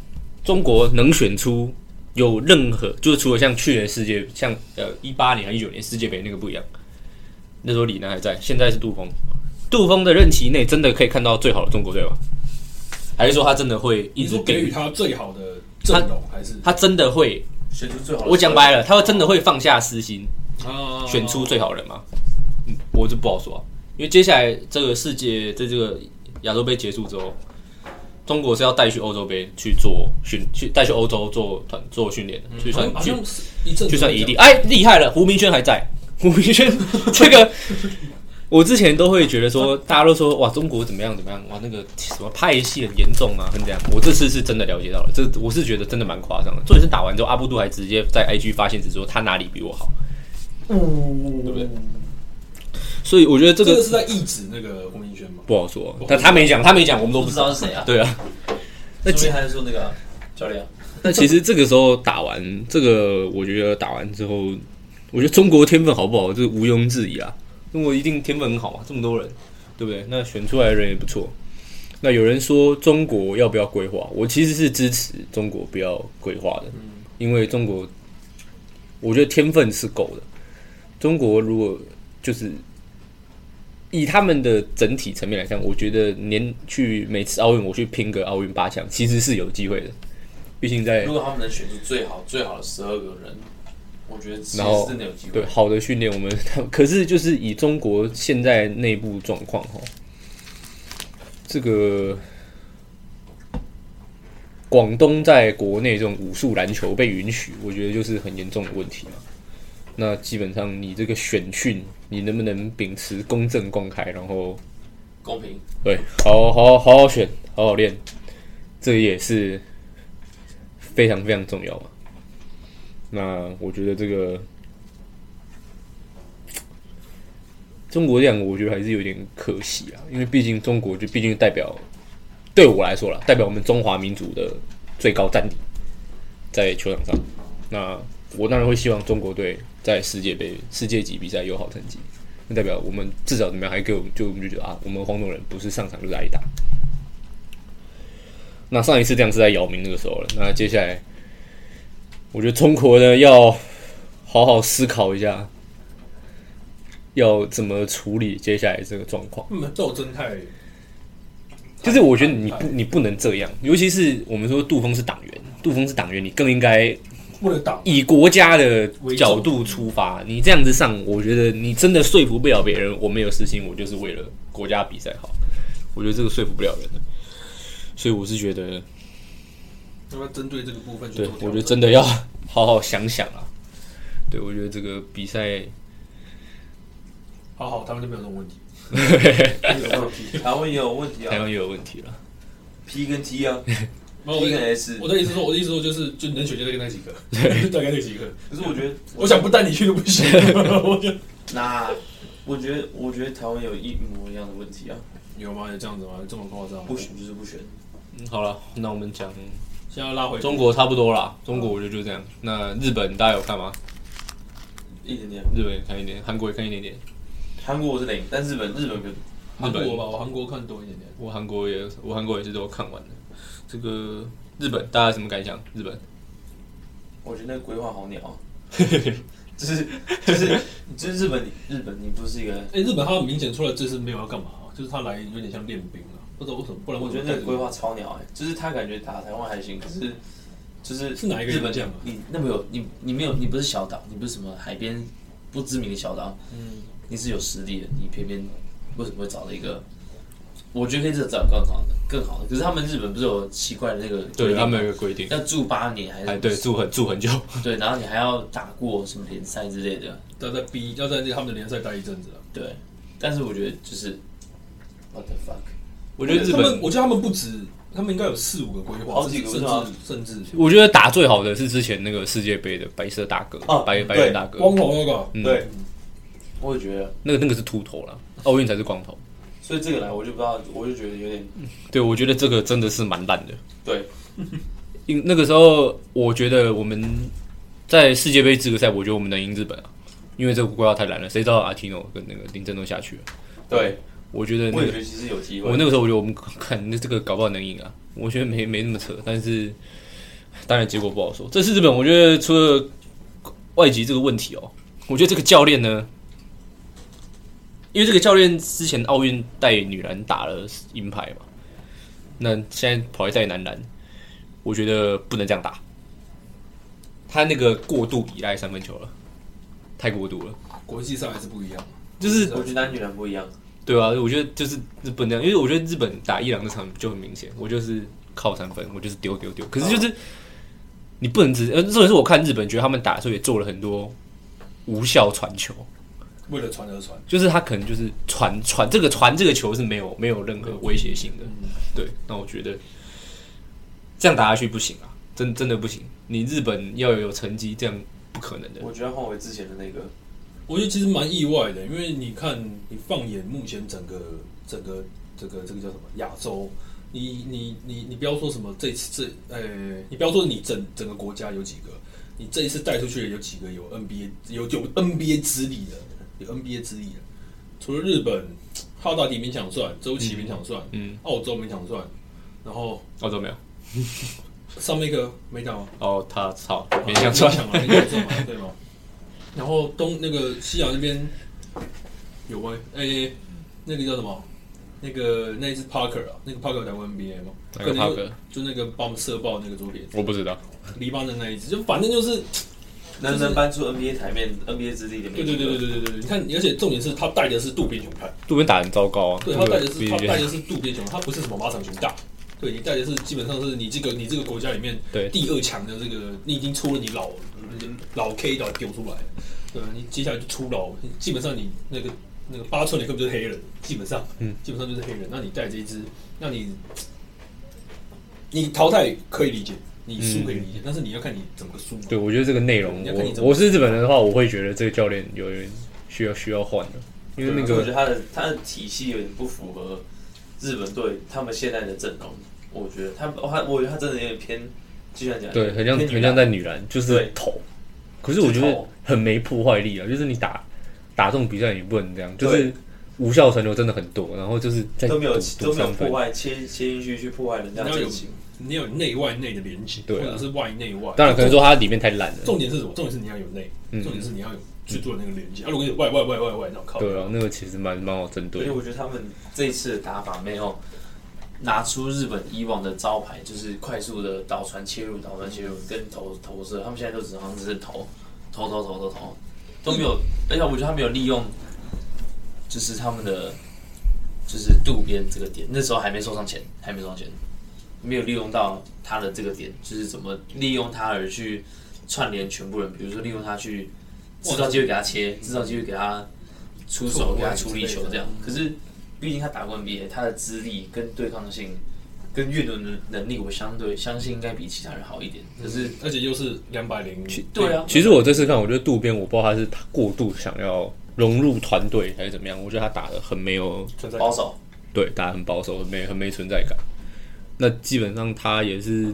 [SPEAKER 2] 中国能选出有任何，就是除了像去年世界，像呃一八年还一九年世界杯那个不一样，那时候李楠还在，现在是杜峰。杜峰的任期内真的可以看到最好的中国队吗？还是说他真的会一
[SPEAKER 4] 你
[SPEAKER 2] 直
[SPEAKER 4] 说给予他最好的阵容还是
[SPEAKER 2] 他真的会，
[SPEAKER 3] 选出最好的。
[SPEAKER 2] 我讲白了，他会真的会放下私心，
[SPEAKER 4] 啊
[SPEAKER 2] 选出最好人吗？嗯，我就不好说啊、因为接下来这个世界在这个亚洲杯结束之后，中国是要带去欧洲杯去做训，去带去欧洲做团做训练的，去算
[SPEAKER 4] 好
[SPEAKER 2] 去
[SPEAKER 4] 像是一阵子
[SPEAKER 2] 就算
[SPEAKER 4] 会
[SPEAKER 2] 一
[SPEAKER 4] 这
[SPEAKER 2] 地，
[SPEAKER 4] 样
[SPEAKER 2] 哎，厉害了，胡明轩还在。 胡明轩这个，我之前都会觉得说，大家都说哇，中国怎么样怎么样，哇，那个什么派系很严重啊，很这样。我这次是真的了解到了，这我是觉得真的蛮夸张的。重点是打完之后，阿布杜还直接在 IG 发现只说他哪里比我好，对不对？所以我觉得这
[SPEAKER 4] 这个
[SPEAKER 2] 个
[SPEAKER 4] 是在抑制那个胡明轩吗？
[SPEAKER 2] 不好说，但他没讲，他没讲，我们都
[SPEAKER 3] 我
[SPEAKER 2] 不
[SPEAKER 3] 不
[SPEAKER 2] 知
[SPEAKER 3] 知
[SPEAKER 2] 道。
[SPEAKER 3] 道是谁啊。
[SPEAKER 2] 对啊，那
[SPEAKER 3] 那
[SPEAKER 2] 其
[SPEAKER 3] 边还说那个啊教练啊，
[SPEAKER 2] 那其实这个时候打完这个，我觉得打完之后，我觉得中国天分好不好，这是毋庸置疑啊。因为我一定天分很好嘛，这么多人，对不对？那选出来的人也不错。那有人说中国要不要规划？我其实是支持中国不要规划的，因为中国，我觉得天分是够的。中国如果就是以他们的整体层面来看，我觉得连去每次奥运我去拼个奥运八强，其实是有机会的。毕竟在
[SPEAKER 3] 如果他们能选出最好最好的十二个人，我觉得其实
[SPEAKER 2] 然后
[SPEAKER 3] 真的有机会
[SPEAKER 2] 对。好的训练，我们 可是就是以中国现在内部状况哈，这个广东在国内这种武术篮球被允许，我觉得就是很严重的问题嘛。那基本上你这个选训，你能不能秉持公正公开，然后
[SPEAKER 3] 公平，
[SPEAKER 2] 对，好好好好好选，好好练，这也是非常非常重要嘛。那我觉得这个中国这样，我觉得还是有点可惜啊，因为毕竟中国就毕竟代表对我来说啦，代表我们中华民族的最高战力在球场上。那我当然会希望中国队在世界杯、世界级比赛有好成绩。那代表我们至少怎么样，还给我们就我们就觉得啊，我们黄种人不是上场就是挨打。那上一次这样是在姚明那个时候了。那接下来，我觉得中国呢要好好思考一下，要怎么处理接下来这个状况。
[SPEAKER 4] 嗯，斗争太
[SPEAKER 2] 就是我觉得你不你不能这样，尤其是我们说杜峰是党员，杜峰是党员，你更应该
[SPEAKER 4] 为了党，
[SPEAKER 2] 以国家的角度出发，你这样子上，我觉得你真的说服不了别人。我没有私心，我就是为了国家比赛好，我觉得这个说服不了人的。所以我是觉得，
[SPEAKER 4] 要不要针对这个部分去
[SPEAKER 2] 对
[SPEAKER 4] 做调整？
[SPEAKER 2] 我觉得真的要好好想想啊。对我觉得这个比赛，
[SPEAKER 4] 好好，他们就没有这种问题。
[SPEAKER 3] 有问题，台湾也有问题
[SPEAKER 2] 台湾也有问题了。
[SPEAKER 3] ，P 跟 T 啊
[SPEAKER 4] 没有我的
[SPEAKER 3] S
[SPEAKER 4] 我的意思说，我的意思说就是，就能选就大概那几个，大概那几个。
[SPEAKER 3] 可是我觉得，
[SPEAKER 4] 我想不带你去都不 行，我就
[SPEAKER 3] 那我觉得，我觉得台湾有一模一样的问题啊，
[SPEAKER 4] 有吗？有这样子吗？这么夸张？
[SPEAKER 3] 不选就是不选。
[SPEAKER 2] 嗯，好了，那我们讲
[SPEAKER 4] 现在要拉回
[SPEAKER 2] 中国差不多啦。中国我觉得就这样。那日本大家有看吗？
[SPEAKER 3] 一点点。
[SPEAKER 2] 日本也看一点，韩国也看一点点。
[SPEAKER 3] 韩国我是零，但日本日本跟
[SPEAKER 4] 韩
[SPEAKER 2] 日本
[SPEAKER 4] 国吧，我韩国看多一点点。
[SPEAKER 2] 我韩国也，我韩国也是都看完了。这个日本，大家什么感想？日本，
[SPEAKER 3] 我觉得那个规划好 鸟啊，就是就是就是日本日本你不是一个，
[SPEAKER 4] 哎，日本他很明显出来这次没有要干嘛，就是他来有点像练兵了，不知道为什么，不然
[SPEAKER 3] 我觉得那
[SPEAKER 4] 这
[SPEAKER 3] 个规划超鸟哎、就是他感觉打台湾还行，可是就是
[SPEAKER 4] 是哪一个
[SPEAKER 3] 日本
[SPEAKER 4] 这样啊
[SPEAKER 3] 你那没有你你没有你不是小岛，你不是什么海边不知名的小岛，
[SPEAKER 4] 嗯，
[SPEAKER 3] 你是有实力的，你偏偏为什么会找了一个？我觉得可以找更好的更好的，可是他们日本不是有奇怪的那个规定吗
[SPEAKER 2] 他们有个规定，
[SPEAKER 3] 要住八年还是
[SPEAKER 2] 哎，对，住很住很久，
[SPEAKER 3] 对，然后你还要打过什么联赛之类的，
[SPEAKER 4] 要在逼，要在那个他们的联赛待一阵子啊。
[SPEAKER 3] 对。但是我觉得就是 what the fuck，
[SPEAKER 2] 我觉得日
[SPEAKER 4] 他们
[SPEAKER 2] 本，
[SPEAKER 4] 我觉得他们不止，他们应该有四五个规划，
[SPEAKER 3] 好几个
[SPEAKER 4] 甚
[SPEAKER 3] 是吧
[SPEAKER 4] 至甚至
[SPEAKER 2] 我觉得打最好的是之前那个世界杯的白色大哥，
[SPEAKER 3] 哦
[SPEAKER 2] 白白
[SPEAKER 3] 对
[SPEAKER 2] 人大哥，
[SPEAKER 4] 光头那个啊
[SPEAKER 2] 嗯，
[SPEAKER 3] 对我也觉得，
[SPEAKER 2] 那个那个是秃头啦，奥运才是光头。
[SPEAKER 3] 所以这个来我就不知道，我就觉得有点
[SPEAKER 2] 对，我觉得这个真的是蛮烂的。
[SPEAKER 3] 对，
[SPEAKER 2] 因那个时候我觉得我们在世界杯资格赛，我觉得我们能赢日本啊，因为这个规划太烂了，谁知道阿提诺跟那个林振东下去了，
[SPEAKER 3] 对，
[SPEAKER 2] 我觉得那
[SPEAKER 3] 我
[SPEAKER 2] 个
[SPEAKER 3] 也觉得其实有机
[SPEAKER 2] 我
[SPEAKER 3] 会。
[SPEAKER 2] 那个时候我觉得我们看那这个搞不好能赢啊，我觉得没没那么扯，但是当然结果不好说。这次日本，我觉得除了外籍这个问题哦，我觉得这个教练呢，因为这个教练之前奥运带女篮打了银牌嘛，那现在跑来带男篮，我觉得不能这样打，他那个过度依赖三分球了，太过度了，
[SPEAKER 4] 国际赛还是不一样。
[SPEAKER 2] 就是
[SPEAKER 3] 我觉得男女篮不一样，
[SPEAKER 2] 对啊，我觉得就是日本那样，因为我觉得日本打伊朗那场就很明显，我就是靠三分，我就是丢丢丢。可是就是、你不能只，呃，重点是我看日本，觉得他们打的时候也做了很多无效传球，
[SPEAKER 4] 为了传而传，
[SPEAKER 2] 就是他可能就是传传这个传这个球是没有没有任何威胁性的。对，那我觉得这样打下去不行啊，真真的不行。你日本要有成绩，这样不可能的。
[SPEAKER 3] 我觉得换回之前的那个，
[SPEAKER 4] 我觉得其实蛮意外的，因为你看，你放眼目前整个整个这个这个叫什么亚洲，你你你你不要说什么这次这呃，你不要说你整整个国家有几个，你这一次带出去的有几个有 NBA 有有 NBA 资历的，有 NBA 资历的，除了日本，浩大体勉强算，周琦勉强算，
[SPEAKER 2] 嗯，
[SPEAKER 4] 澳洲勉强算，然后
[SPEAKER 2] 澳洲没有。
[SPEAKER 4] 上面一个没讲吗？
[SPEAKER 2] 哦，他操，哦勉
[SPEAKER 4] 勉
[SPEAKER 2] 强
[SPEAKER 4] 强
[SPEAKER 2] 算。
[SPEAKER 4] 嘛，勉强算嘛，对吗？然后东那个西洋那边有哎、诶，那个叫什么？那个那一只 Parker 啊，那个 Parker 有打过 NBA 吗？
[SPEAKER 2] 哪个
[SPEAKER 4] 可能有
[SPEAKER 2] Parker？
[SPEAKER 4] 就那个帮我们射爆那个左撇子，
[SPEAKER 2] 我不知道，
[SPEAKER 4] 黎巴嫩那一只，就反正就是
[SPEAKER 6] 能能搬出 NBA 台面、NBA 之地的，
[SPEAKER 4] 对对对对对对对，你看，而且重点是他带的是渡边雄太，
[SPEAKER 2] 渡边打得很糟糕啊。
[SPEAKER 4] 对他带的
[SPEAKER 2] 渡
[SPEAKER 4] 是
[SPEAKER 2] 边
[SPEAKER 4] 他带
[SPEAKER 2] 比
[SPEAKER 4] 的是渡边雄，他不是什么马场雄大，对你带的是基本上是你这个你这个国家里面
[SPEAKER 2] 对
[SPEAKER 4] 第二强的这个，你已经出了你老老 K 老丢出来了，对，啊你接下来就出老，基本上你那个那个八寸的根本就是黑人，基本上，
[SPEAKER 2] 嗯，
[SPEAKER 4] 基本上就是黑人，那你带这一支，那你你淘汰可以理解，你输可以理解，但是你要看你怎么输嘛，
[SPEAKER 2] 对，我觉得这个内容
[SPEAKER 4] 你，要看你
[SPEAKER 2] 我
[SPEAKER 4] 怎么
[SPEAKER 2] 我是日本人的话，我会觉得这个教练有点需要需要换的，因为那
[SPEAKER 6] 啊我觉
[SPEAKER 2] 个
[SPEAKER 6] 得他的他的体系有点不符合日本队他们现在的阵容，我觉得他
[SPEAKER 3] 哦
[SPEAKER 6] 他我觉得他真的有点偏，就像讲
[SPEAKER 2] 对，很像
[SPEAKER 6] 偏女
[SPEAKER 2] 很像
[SPEAKER 6] 篮
[SPEAKER 2] 在女篮，就是
[SPEAKER 6] 对
[SPEAKER 2] 投。可是我觉
[SPEAKER 6] 是
[SPEAKER 2] 得
[SPEAKER 6] 投
[SPEAKER 2] 很没破坏力啊，就是你打打这种比赛，你不能这样，就
[SPEAKER 6] 对
[SPEAKER 2] 是无效传球真的很多，然后就是在
[SPEAKER 6] 都没有
[SPEAKER 2] 赌
[SPEAKER 6] 都
[SPEAKER 2] 赌
[SPEAKER 6] 没有
[SPEAKER 2] 三分
[SPEAKER 6] 破。坏切切进去去破坏人家
[SPEAKER 4] 你要有
[SPEAKER 6] 阵型，
[SPEAKER 4] 你要有内外内的连接，
[SPEAKER 2] 对啊
[SPEAKER 4] 或者是外内外，
[SPEAKER 2] 当然，可能说他里面太烂了，
[SPEAKER 4] 重点是什么？重点是你要有内，
[SPEAKER 2] 嗯
[SPEAKER 4] 重点是你要有去做那个连接。啊，如果你有外外外外外，那我靠，
[SPEAKER 2] 对啊，那个其实蛮蛮好针
[SPEAKER 6] 而
[SPEAKER 2] 对
[SPEAKER 6] 且
[SPEAKER 2] 的。
[SPEAKER 6] 我觉得他们这一次的打法没有拿出日本以往的招牌，就是快速的倒传切入、倒传切入跟投投射，他们现在都只好像只是投投投投投投，都没有，而且我觉得他没有利用，就是他们的就是渡边这个点，那时候还没受伤前，还没受伤前，没有利用到他的这个点，就是怎么利用他而去串联全部人，比如说利用他去制造机会给他切，制造机会给他嗯出啊手，给他出力球这样。可是毕竟他打过 NBA，他的资历跟对抗性。跟阅读能能力，我相对相信应该比其他人好一点。可是，
[SPEAKER 4] 而且又是两百零，
[SPEAKER 6] 对啊，
[SPEAKER 2] 其实我这次看，我觉得渡边，我不知道他是他过度想要融入团队还是怎么样，我觉得他打的很没有，
[SPEAKER 4] 存在
[SPEAKER 6] 保守，
[SPEAKER 2] 对，打的很保守，很没很没存在感。那基本上他也是，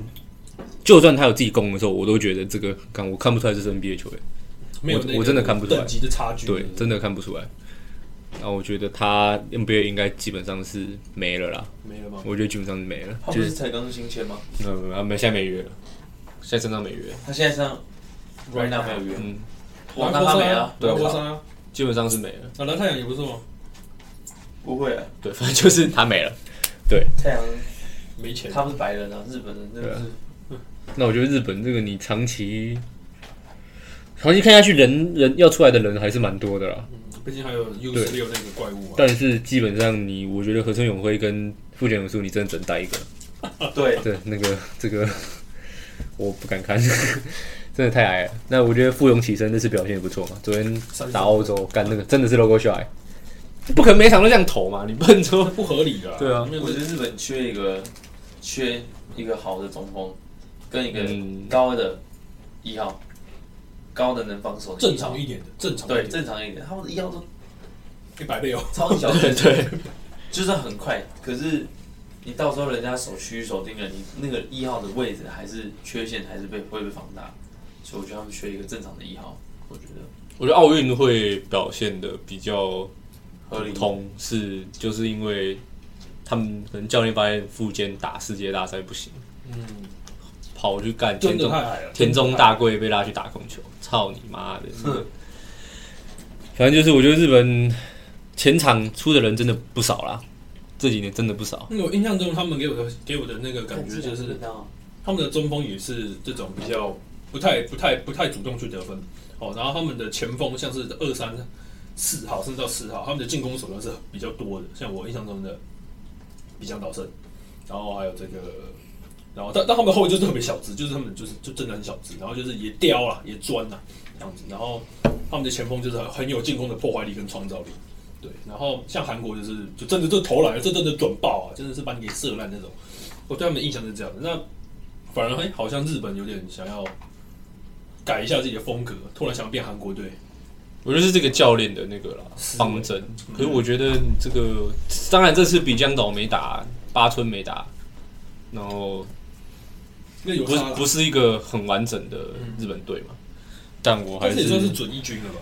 [SPEAKER 2] 就算他有自己攻的时候，我都觉得这个看我看不出来这是 NBA 球员，
[SPEAKER 4] 没有
[SPEAKER 2] 我
[SPEAKER 4] 那个
[SPEAKER 2] 我真的看不出来
[SPEAKER 4] 等级的差距，
[SPEAKER 2] 对，真的看不出来。那我觉得他 NBA 应该基本上是没了啦，
[SPEAKER 4] 没了吗？
[SPEAKER 2] 我觉得基本上是没了，
[SPEAKER 6] 他不
[SPEAKER 2] 就是
[SPEAKER 6] 是才刚新签吗？
[SPEAKER 2] 没有没有，他们现在没约了，现在身上没约，
[SPEAKER 6] 他现在上 right now 没有约，
[SPEAKER 2] 嗯，
[SPEAKER 6] 哇，那他没了，
[SPEAKER 4] 对，
[SPEAKER 2] 对
[SPEAKER 4] 波山啊，
[SPEAKER 2] 基本上是没了，
[SPEAKER 4] 啊，蓝太阳也不是吗？
[SPEAKER 6] 不会啊，
[SPEAKER 2] 对，反正就是他没了。
[SPEAKER 6] 太阳
[SPEAKER 4] 没钱，
[SPEAKER 6] 他不是白人啊，日本人真的是，
[SPEAKER 2] 那我觉得日本这个你长期长期看下去人，人要出来的人还是蛮多的啦。
[SPEAKER 4] 毕竟还有 U
[SPEAKER 2] 嗯对
[SPEAKER 4] 十六那个怪物啊，
[SPEAKER 2] 但是基本上你，我觉得河村永辉跟富田勇树，你真的只能带一个。
[SPEAKER 6] 对，
[SPEAKER 2] 对，啊那个这个我不敢看， 真的太矮了。那我觉得富永起身这次表现也不错嘛，昨天打欧洲干那个真的是 logo shot，欸不可能每场都这样投嘛，你不能说
[SPEAKER 4] 不合理的啊，
[SPEAKER 2] 对啊
[SPEAKER 4] 因为
[SPEAKER 6] 我觉
[SPEAKER 4] 这
[SPEAKER 6] 得日本缺一个缺一个好的中锋，跟一
[SPEAKER 2] 嗯
[SPEAKER 6] 个高的一号，高的能防守的一号
[SPEAKER 4] 正常一，点的，正常一
[SPEAKER 6] 对，
[SPEAKER 4] 点
[SPEAKER 6] 正常一点，他们的一号都
[SPEAKER 4] 一百倍哦，
[SPEAKER 6] 超级小
[SPEAKER 2] 对对，
[SPEAKER 6] 就是很快，可是你到时候人家手虚手定了，你那个一号的位置还是缺陷，还是被会被放大，所以我觉得他们缺一个正常的一号，我觉得
[SPEAKER 2] 我觉得奥运会表现的比较
[SPEAKER 6] 合理。
[SPEAKER 2] 通是就是因为他们可能教练发现富坚打世界大赛不行，
[SPEAKER 4] 嗯，
[SPEAKER 2] 跑去干田
[SPEAKER 4] 真的
[SPEAKER 2] 中
[SPEAKER 4] 太矮了，
[SPEAKER 2] 田中大贵被拉去打控球，操你妈的！反正就是我觉得日本前场出的人真的不少啦，这几年真的不少。
[SPEAKER 4] 因为我印象中他们给我的给我的那个感觉就是他们的中锋也是这种比较不太、不太、不太主动去得分哦。然后他们的前锋像是二三四号，甚至到四号，他们的进攻手段是比较多的。像我印象中的比江岛胜，然后还有这个，然后但但他们后卫就特别小只，就是他们就是就真的很小只，然后就是也刁啊啦，也钻啦这样子。然后他们的前锋就是很很有进攻的破坏力跟创造力。对，然后像韩国就是就真的就投篮，这真的准爆啊，真的是把你给射烂那种。我对他们的印象是这样的。那反而哎，好像日本有点想要改一下自己的风格，突然想要变韩国队。
[SPEAKER 2] 我觉得是这个教练的那个啦
[SPEAKER 4] 思维
[SPEAKER 2] 方针。可是我觉得你这个，当然这次比江岛没打，八村没打，然后
[SPEAKER 4] 那有
[SPEAKER 2] 不是
[SPEAKER 4] 差啦
[SPEAKER 2] 不是一个很完整的日本队嘛。但我还
[SPEAKER 4] 但
[SPEAKER 2] 是
[SPEAKER 4] 是也算是准一军了吧？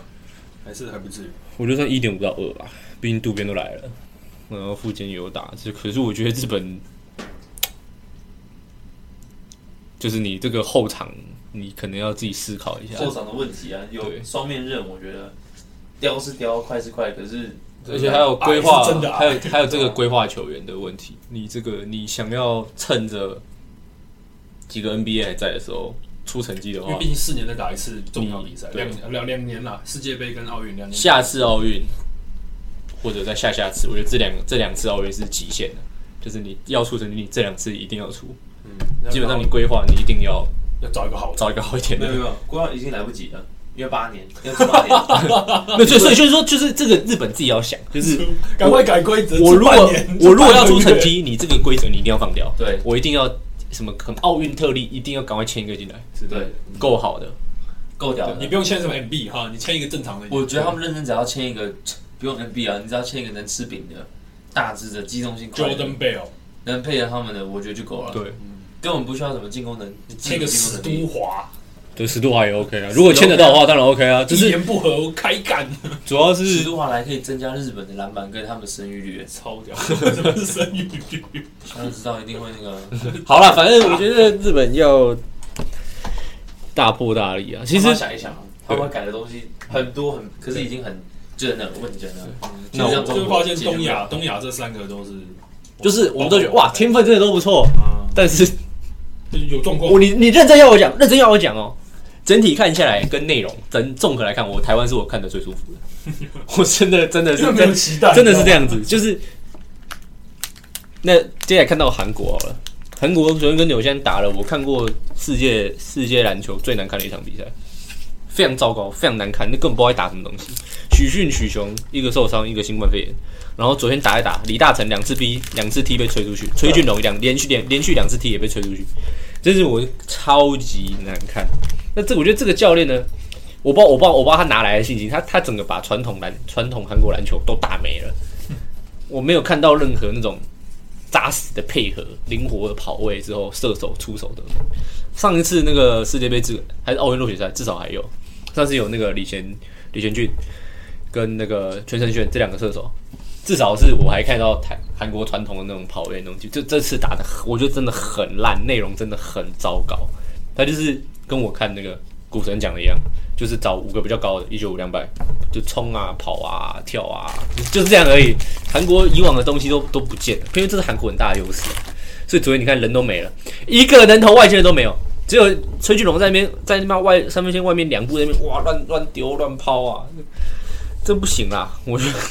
[SPEAKER 4] 还是还不至于。
[SPEAKER 2] 我就算一点五到二吧，毕竟渡边都来了，然后附近也有打，这可是我觉得日本就是你这个后场，你可能要自己思考一下。
[SPEAKER 3] 后场的问题啊，有
[SPEAKER 2] 对
[SPEAKER 3] 双面刃，我觉得雕是雕，快是快，可是
[SPEAKER 2] 而且还有规划，
[SPEAKER 4] 啊是真的啊
[SPEAKER 2] 还有还有这个规划球员的问题。你这个你想要趁着几个 NBA 还在的时候出成绩的
[SPEAKER 4] 因为
[SPEAKER 2] 话
[SPEAKER 4] 毕，竟四年再打一次重要比赛，
[SPEAKER 2] 对
[SPEAKER 4] 两两两年啦，世界杯跟奥运两年。
[SPEAKER 2] 下次奥运或者在下下次，我觉得这两这两次奥运是极限的，就是你要出成绩，你这两次一定要出。
[SPEAKER 4] 嗯
[SPEAKER 2] 基本上你规划你一定要
[SPEAKER 4] 要找一个好的，
[SPEAKER 2] 找一个好一点
[SPEAKER 3] 没有
[SPEAKER 2] 的
[SPEAKER 3] 没。有，国王已经来不及了，约八年，要出八 年，
[SPEAKER 2] 那所以所以就是说，就是这个日本自己要想，就是
[SPEAKER 4] 赶快改规则。
[SPEAKER 2] 我如果
[SPEAKER 4] 这半年
[SPEAKER 2] 我如果要出成，绩，你这个规则你一定要放掉。
[SPEAKER 3] 对
[SPEAKER 2] 我一定要什么可能奥运特例，一定要赶快签一个进来，
[SPEAKER 4] 这
[SPEAKER 3] 对
[SPEAKER 4] 半年，
[SPEAKER 2] 够好的。
[SPEAKER 3] 够屌
[SPEAKER 4] 对你啊
[SPEAKER 3] 的。
[SPEAKER 4] 不用签什么 MB 哈，你签一个正常的。
[SPEAKER 3] 我觉得他们认真只要签一个，不用 NB 啊，你只要签一个能吃饼的、大只的、机动性快的，
[SPEAKER 4] Jordan Bell
[SPEAKER 3] 能配合他们的，我觉得就够了。，
[SPEAKER 2] 对，
[SPEAKER 3] 根本不需要什么进攻能，
[SPEAKER 4] 签一个史都华，
[SPEAKER 2] 对，十度华也 OK 啊。如果签得到的话，当然 OK 啊。就
[SPEAKER 4] 一
[SPEAKER 2] 是
[SPEAKER 4] 言不合我开干，
[SPEAKER 2] 主要
[SPEAKER 3] 史
[SPEAKER 2] 是
[SPEAKER 3] 都华来可以增加日本的篮板跟他们的生育率，
[SPEAKER 4] 超屌，真的是生育率。
[SPEAKER 3] 他们知道一定会那 个。
[SPEAKER 2] 好了，反正我觉得日本要大破大立啊。其实
[SPEAKER 3] 好好想一想，他们改的东西很多很，可是已经很真的问真的。
[SPEAKER 2] 那我
[SPEAKER 3] 就像
[SPEAKER 4] 就
[SPEAKER 3] 中
[SPEAKER 4] 会
[SPEAKER 3] 国
[SPEAKER 4] 发现东亚
[SPEAKER 3] 解
[SPEAKER 4] 东亚这三个都是
[SPEAKER 2] 就是我们都觉得哇，天分真的都不错，
[SPEAKER 4] 啊，
[SPEAKER 2] 但是
[SPEAKER 4] 就是有状况
[SPEAKER 2] 我。你你认真要我讲，认真要我讲哦。整体看下来，跟内容整综合来看，我台湾是我看的最舒服的。 我真的真的是
[SPEAKER 4] 因为没有期待，
[SPEAKER 2] 真的是这样子，就是那接下来看到韩国好了，韩国昨天跟纽西兰打了，我看过世界世界篮球最难看的一场比赛，非常糟糕，非常难看，那根本不知道在打什么东西。许迅、许雄一个受伤，一个新冠肺炎，然后昨天打一打，李大成两次 B 两次 T 被吹出去，崔俊龙两连续连连续两次 T 也被吹出去，真是我超级难看。那这我觉得这个教练呢，我不知道我不知道我不知道他哪来的信心，他他整个把传统篮传统韩国篮球都打没了。我没有看到任何那种扎实的配合、灵活的跑位之后射手出手的。上一次那个世界杯至还是奥运落选赛，至少还有上次有那个李贤李贤俊跟那个全胜炫这两个射手，至少是我还看到台韩国传统的那种跑位的东西。就这次打的，我觉得真的很烂，内容真的很糟糕。他就是跟我看那个股神讲的一样，就是找五个比较高的，一九五两百，就冲啊、跑啊、跳啊，就是这样而已。韩国以往的东西都都不见了，因为这是韩国很大的优势。所以昨天你看人都没了，一个人头外线的都没有，只有崔俊龙在那边在那边外三分线外面两步那边哇乱乱丢乱抛啊，这不行啦，我觉得。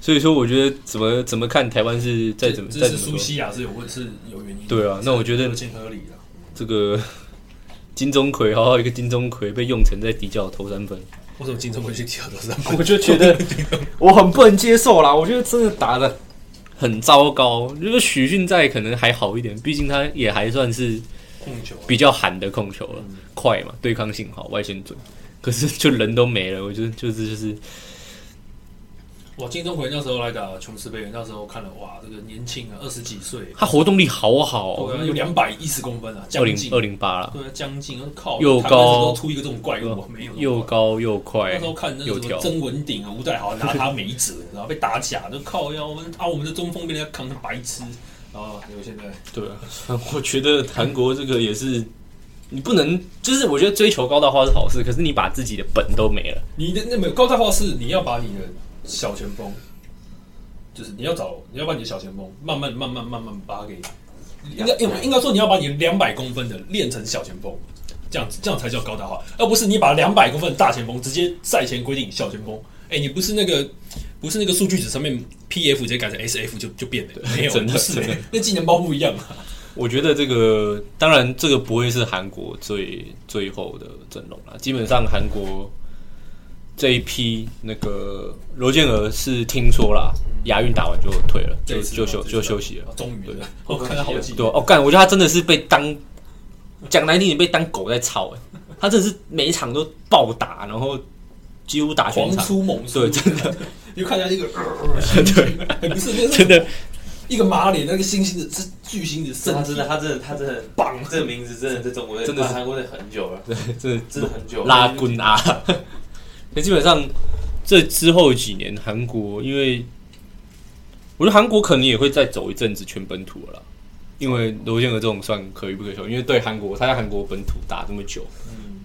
[SPEAKER 2] 所以说，我觉得怎么怎么看台湾是再怎么
[SPEAKER 4] 这
[SPEAKER 2] 再
[SPEAKER 4] 是
[SPEAKER 2] 怎么
[SPEAKER 4] 苏
[SPEAKER 2] 说
[SPEAKER 4] 西亚是有问是有原因的。
[SPEAKER 2] 对啊那我觉得
[SPEAKER 4] 合情合理啊的。
[SPEAKER 2] 这个 金钟馗，好好一个金钟馗被用成在底角投三分，
[SPEAKER 4] 为什么金钟会去提到多少？
[SPEAKER 2] 我就 觉得我很不能接受啦。我觉得真的打的很糟糕。如果许迅在可能还好一点，毕竟他也还算是
[SPEAKER 4] 控球啊
[SPEAKER 2] 比较狠的控球了，快嘛，对抗性好，外线准。可是就人都没了，我觉得就是就是
[SPEAKER 4] 哇，金钟奎那时候来打琼斯杯，那时候看了哇，这个年轻啊，二十几岁，
[SPEAKER 2] 他活动力好好、
[SPEAKER 4] 对
[SPEAKER 2] 哦
[SPEAKER 4] 啊，有两百一十公分啊，
[SPEAKER 2] 二
[SPEAKER 4] 将
[SPEAKER 2] 零
[SPEAKER 4] 近
[SPEAKER 2] 二零八了，
[SPEAKER 4] 对啊，将近，我靠，
[SPEAKER 2] 又
[SPEAKER 4] 台湾那时候
[SPEAKER 2] 高
[SPEAKER 4] 都出一个这种怪物啊，没有
[SPEAKER 2] 又。高又
[SPEAKER 4] 那
[SPEAKER 2] 快
[SPEAKER 4] 时候看那
[SPEAKER 2] 又
[SPEAKER 4] 个什么
[SPEAKER 2] 跳，
[SPEAKER 4] 曾文鼎啊、吴代豪拿他没辙，然后被打假，就靠腰，我们啊我们的中锋被人家扛成白痴，然后有现在
[SPEAKER 2] 对啊， 我觉得韩国这个也是，你不能就是我觉得追求高大化是好事，可是你把自己的本都没了。
[SPEAKER 4] 你的那没有高大化是你要把你的小前锋，就是你要找你要把你的小前锋慢慢慢慢慢慢把它给，应该应该应该说你要把你两百公分的练成小前锋，这样子这样才叫高大化，而不是你把两百公分的大前锋直接赛前规定小前锋，哎、你不是那个不是那个数据纸上面 P F 直接改成 S F 就就变了，没 有
[SPEAKER 2] 真的
[SPEAKER 4] 不是、
[SPEAKER 2] 真的
[SPEAKER 4] 那技能包不一样啊，
[SPEAKER 2] 我觉得这个当然这个不会是韩国最最后的阵容啦，基本上韩国这一批那个罗建娥是听说啦，亚运打完就退了，就就休就休息了。
[SPEAKER 4] 哦终于了，
[SPEAKER 3] 对
[SPEAKER 4] 我看了好几
[SPEAKER 2] 对啊哦，干，我觉得他真的是被当讲难听点被当狗在操哎、他真的是每一场都暴打，然后几乎打全
[SPEAKER 4] 狂
[SPEAKER 2] 场。
[SPEAKER 4] 出猛出，
[SPEAKER 2] 对，真的
[SPEAKER 4] 你就看到 一个， 对，哎不是那是
[SPEAKER 2] 真的，
[SPEAKER 4] 一个马脸，那个星星的是巨星的身
[SPEAKER 3] 他
[SPEAKER 4] 体
[SPEAKER 3] 真的，他真的，他真的
[SPEAKER 4] 棒
[SPEAKER 3] 这个名字真的在中国队
[SPEAKER 2] 真的是
[SPEAKER 3] 在韩国队很久了，
[SPEAKER 2] 真的
[SPEAKER 3] 真的很久了。
[SPEAKER 2] 拉棍啊！ 那基本上这之后几年，韩国因为我觉得韩国可能也会再走一阵子全本土了啦，因为罗建和这种算可遇不可求，因为对韩国他在韩国本土打这么久，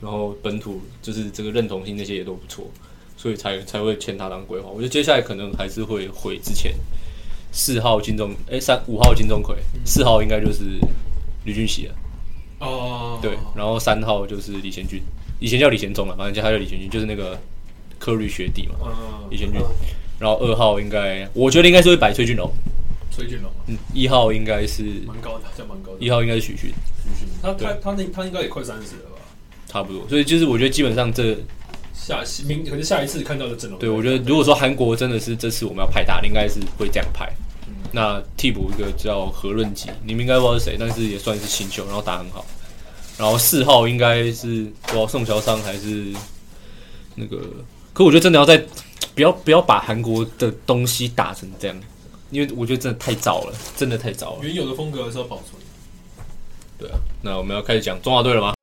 [SPEAKER 2] 然后本土就是这个认同性那些也都不错，所以才才会签他当规划。我觉得接下来可能还是会回之前四号金钟，哎、三五号金钟奎，四号应该就是吕俊熙了。
[SPEAKER 4] 哦，
[SPEAKER 2] 对，然后三号就是李贤俊，以前叫李贤忠啊嘛，反正叫他叫李贤俊，就是那个科瑞学弟嘛，
[SPEAKER 4] 嗯，
[SPEAKER 2] 李贤俊。然后二号应该，我觉得应该是会摆崔俊龙，
[SPEAKER 4] 崔俊龙
[SPEAKER 2] 哦
[SPEAKER 4] 啊
[SPEAKER 2] 嗯，一号应该是
[SPEAKER 4] 蛮高的，这蛮高的
[SPEAKER 2] 一。号应该是许勋，
[SPEAKER 4] 他他他那他应该也快三十了吧？
[SPEAKER 2] 差不多。所以就是我觉得基本上这，
[SPEAKER 4] 下明可是下一次看到的阵容，
[SPEAKER 2] 对我觉得如果说韩国真的是这次我们要派大，应该是会这样派。那替补一个叫何润吉，你们应该不知道是谁，但是也算是新秀，然后打很好。然后四号应该是不知道宋乔商还是那个，可我觉得真的要在不要不要把韩国的东西打成这样，因为我觉得真的太早了，真的太早了。
[SPEAKER 4] 原有的风格还是要保存。
[SPEAKER 2] 对啊，那我们要开始讲中华队了吗？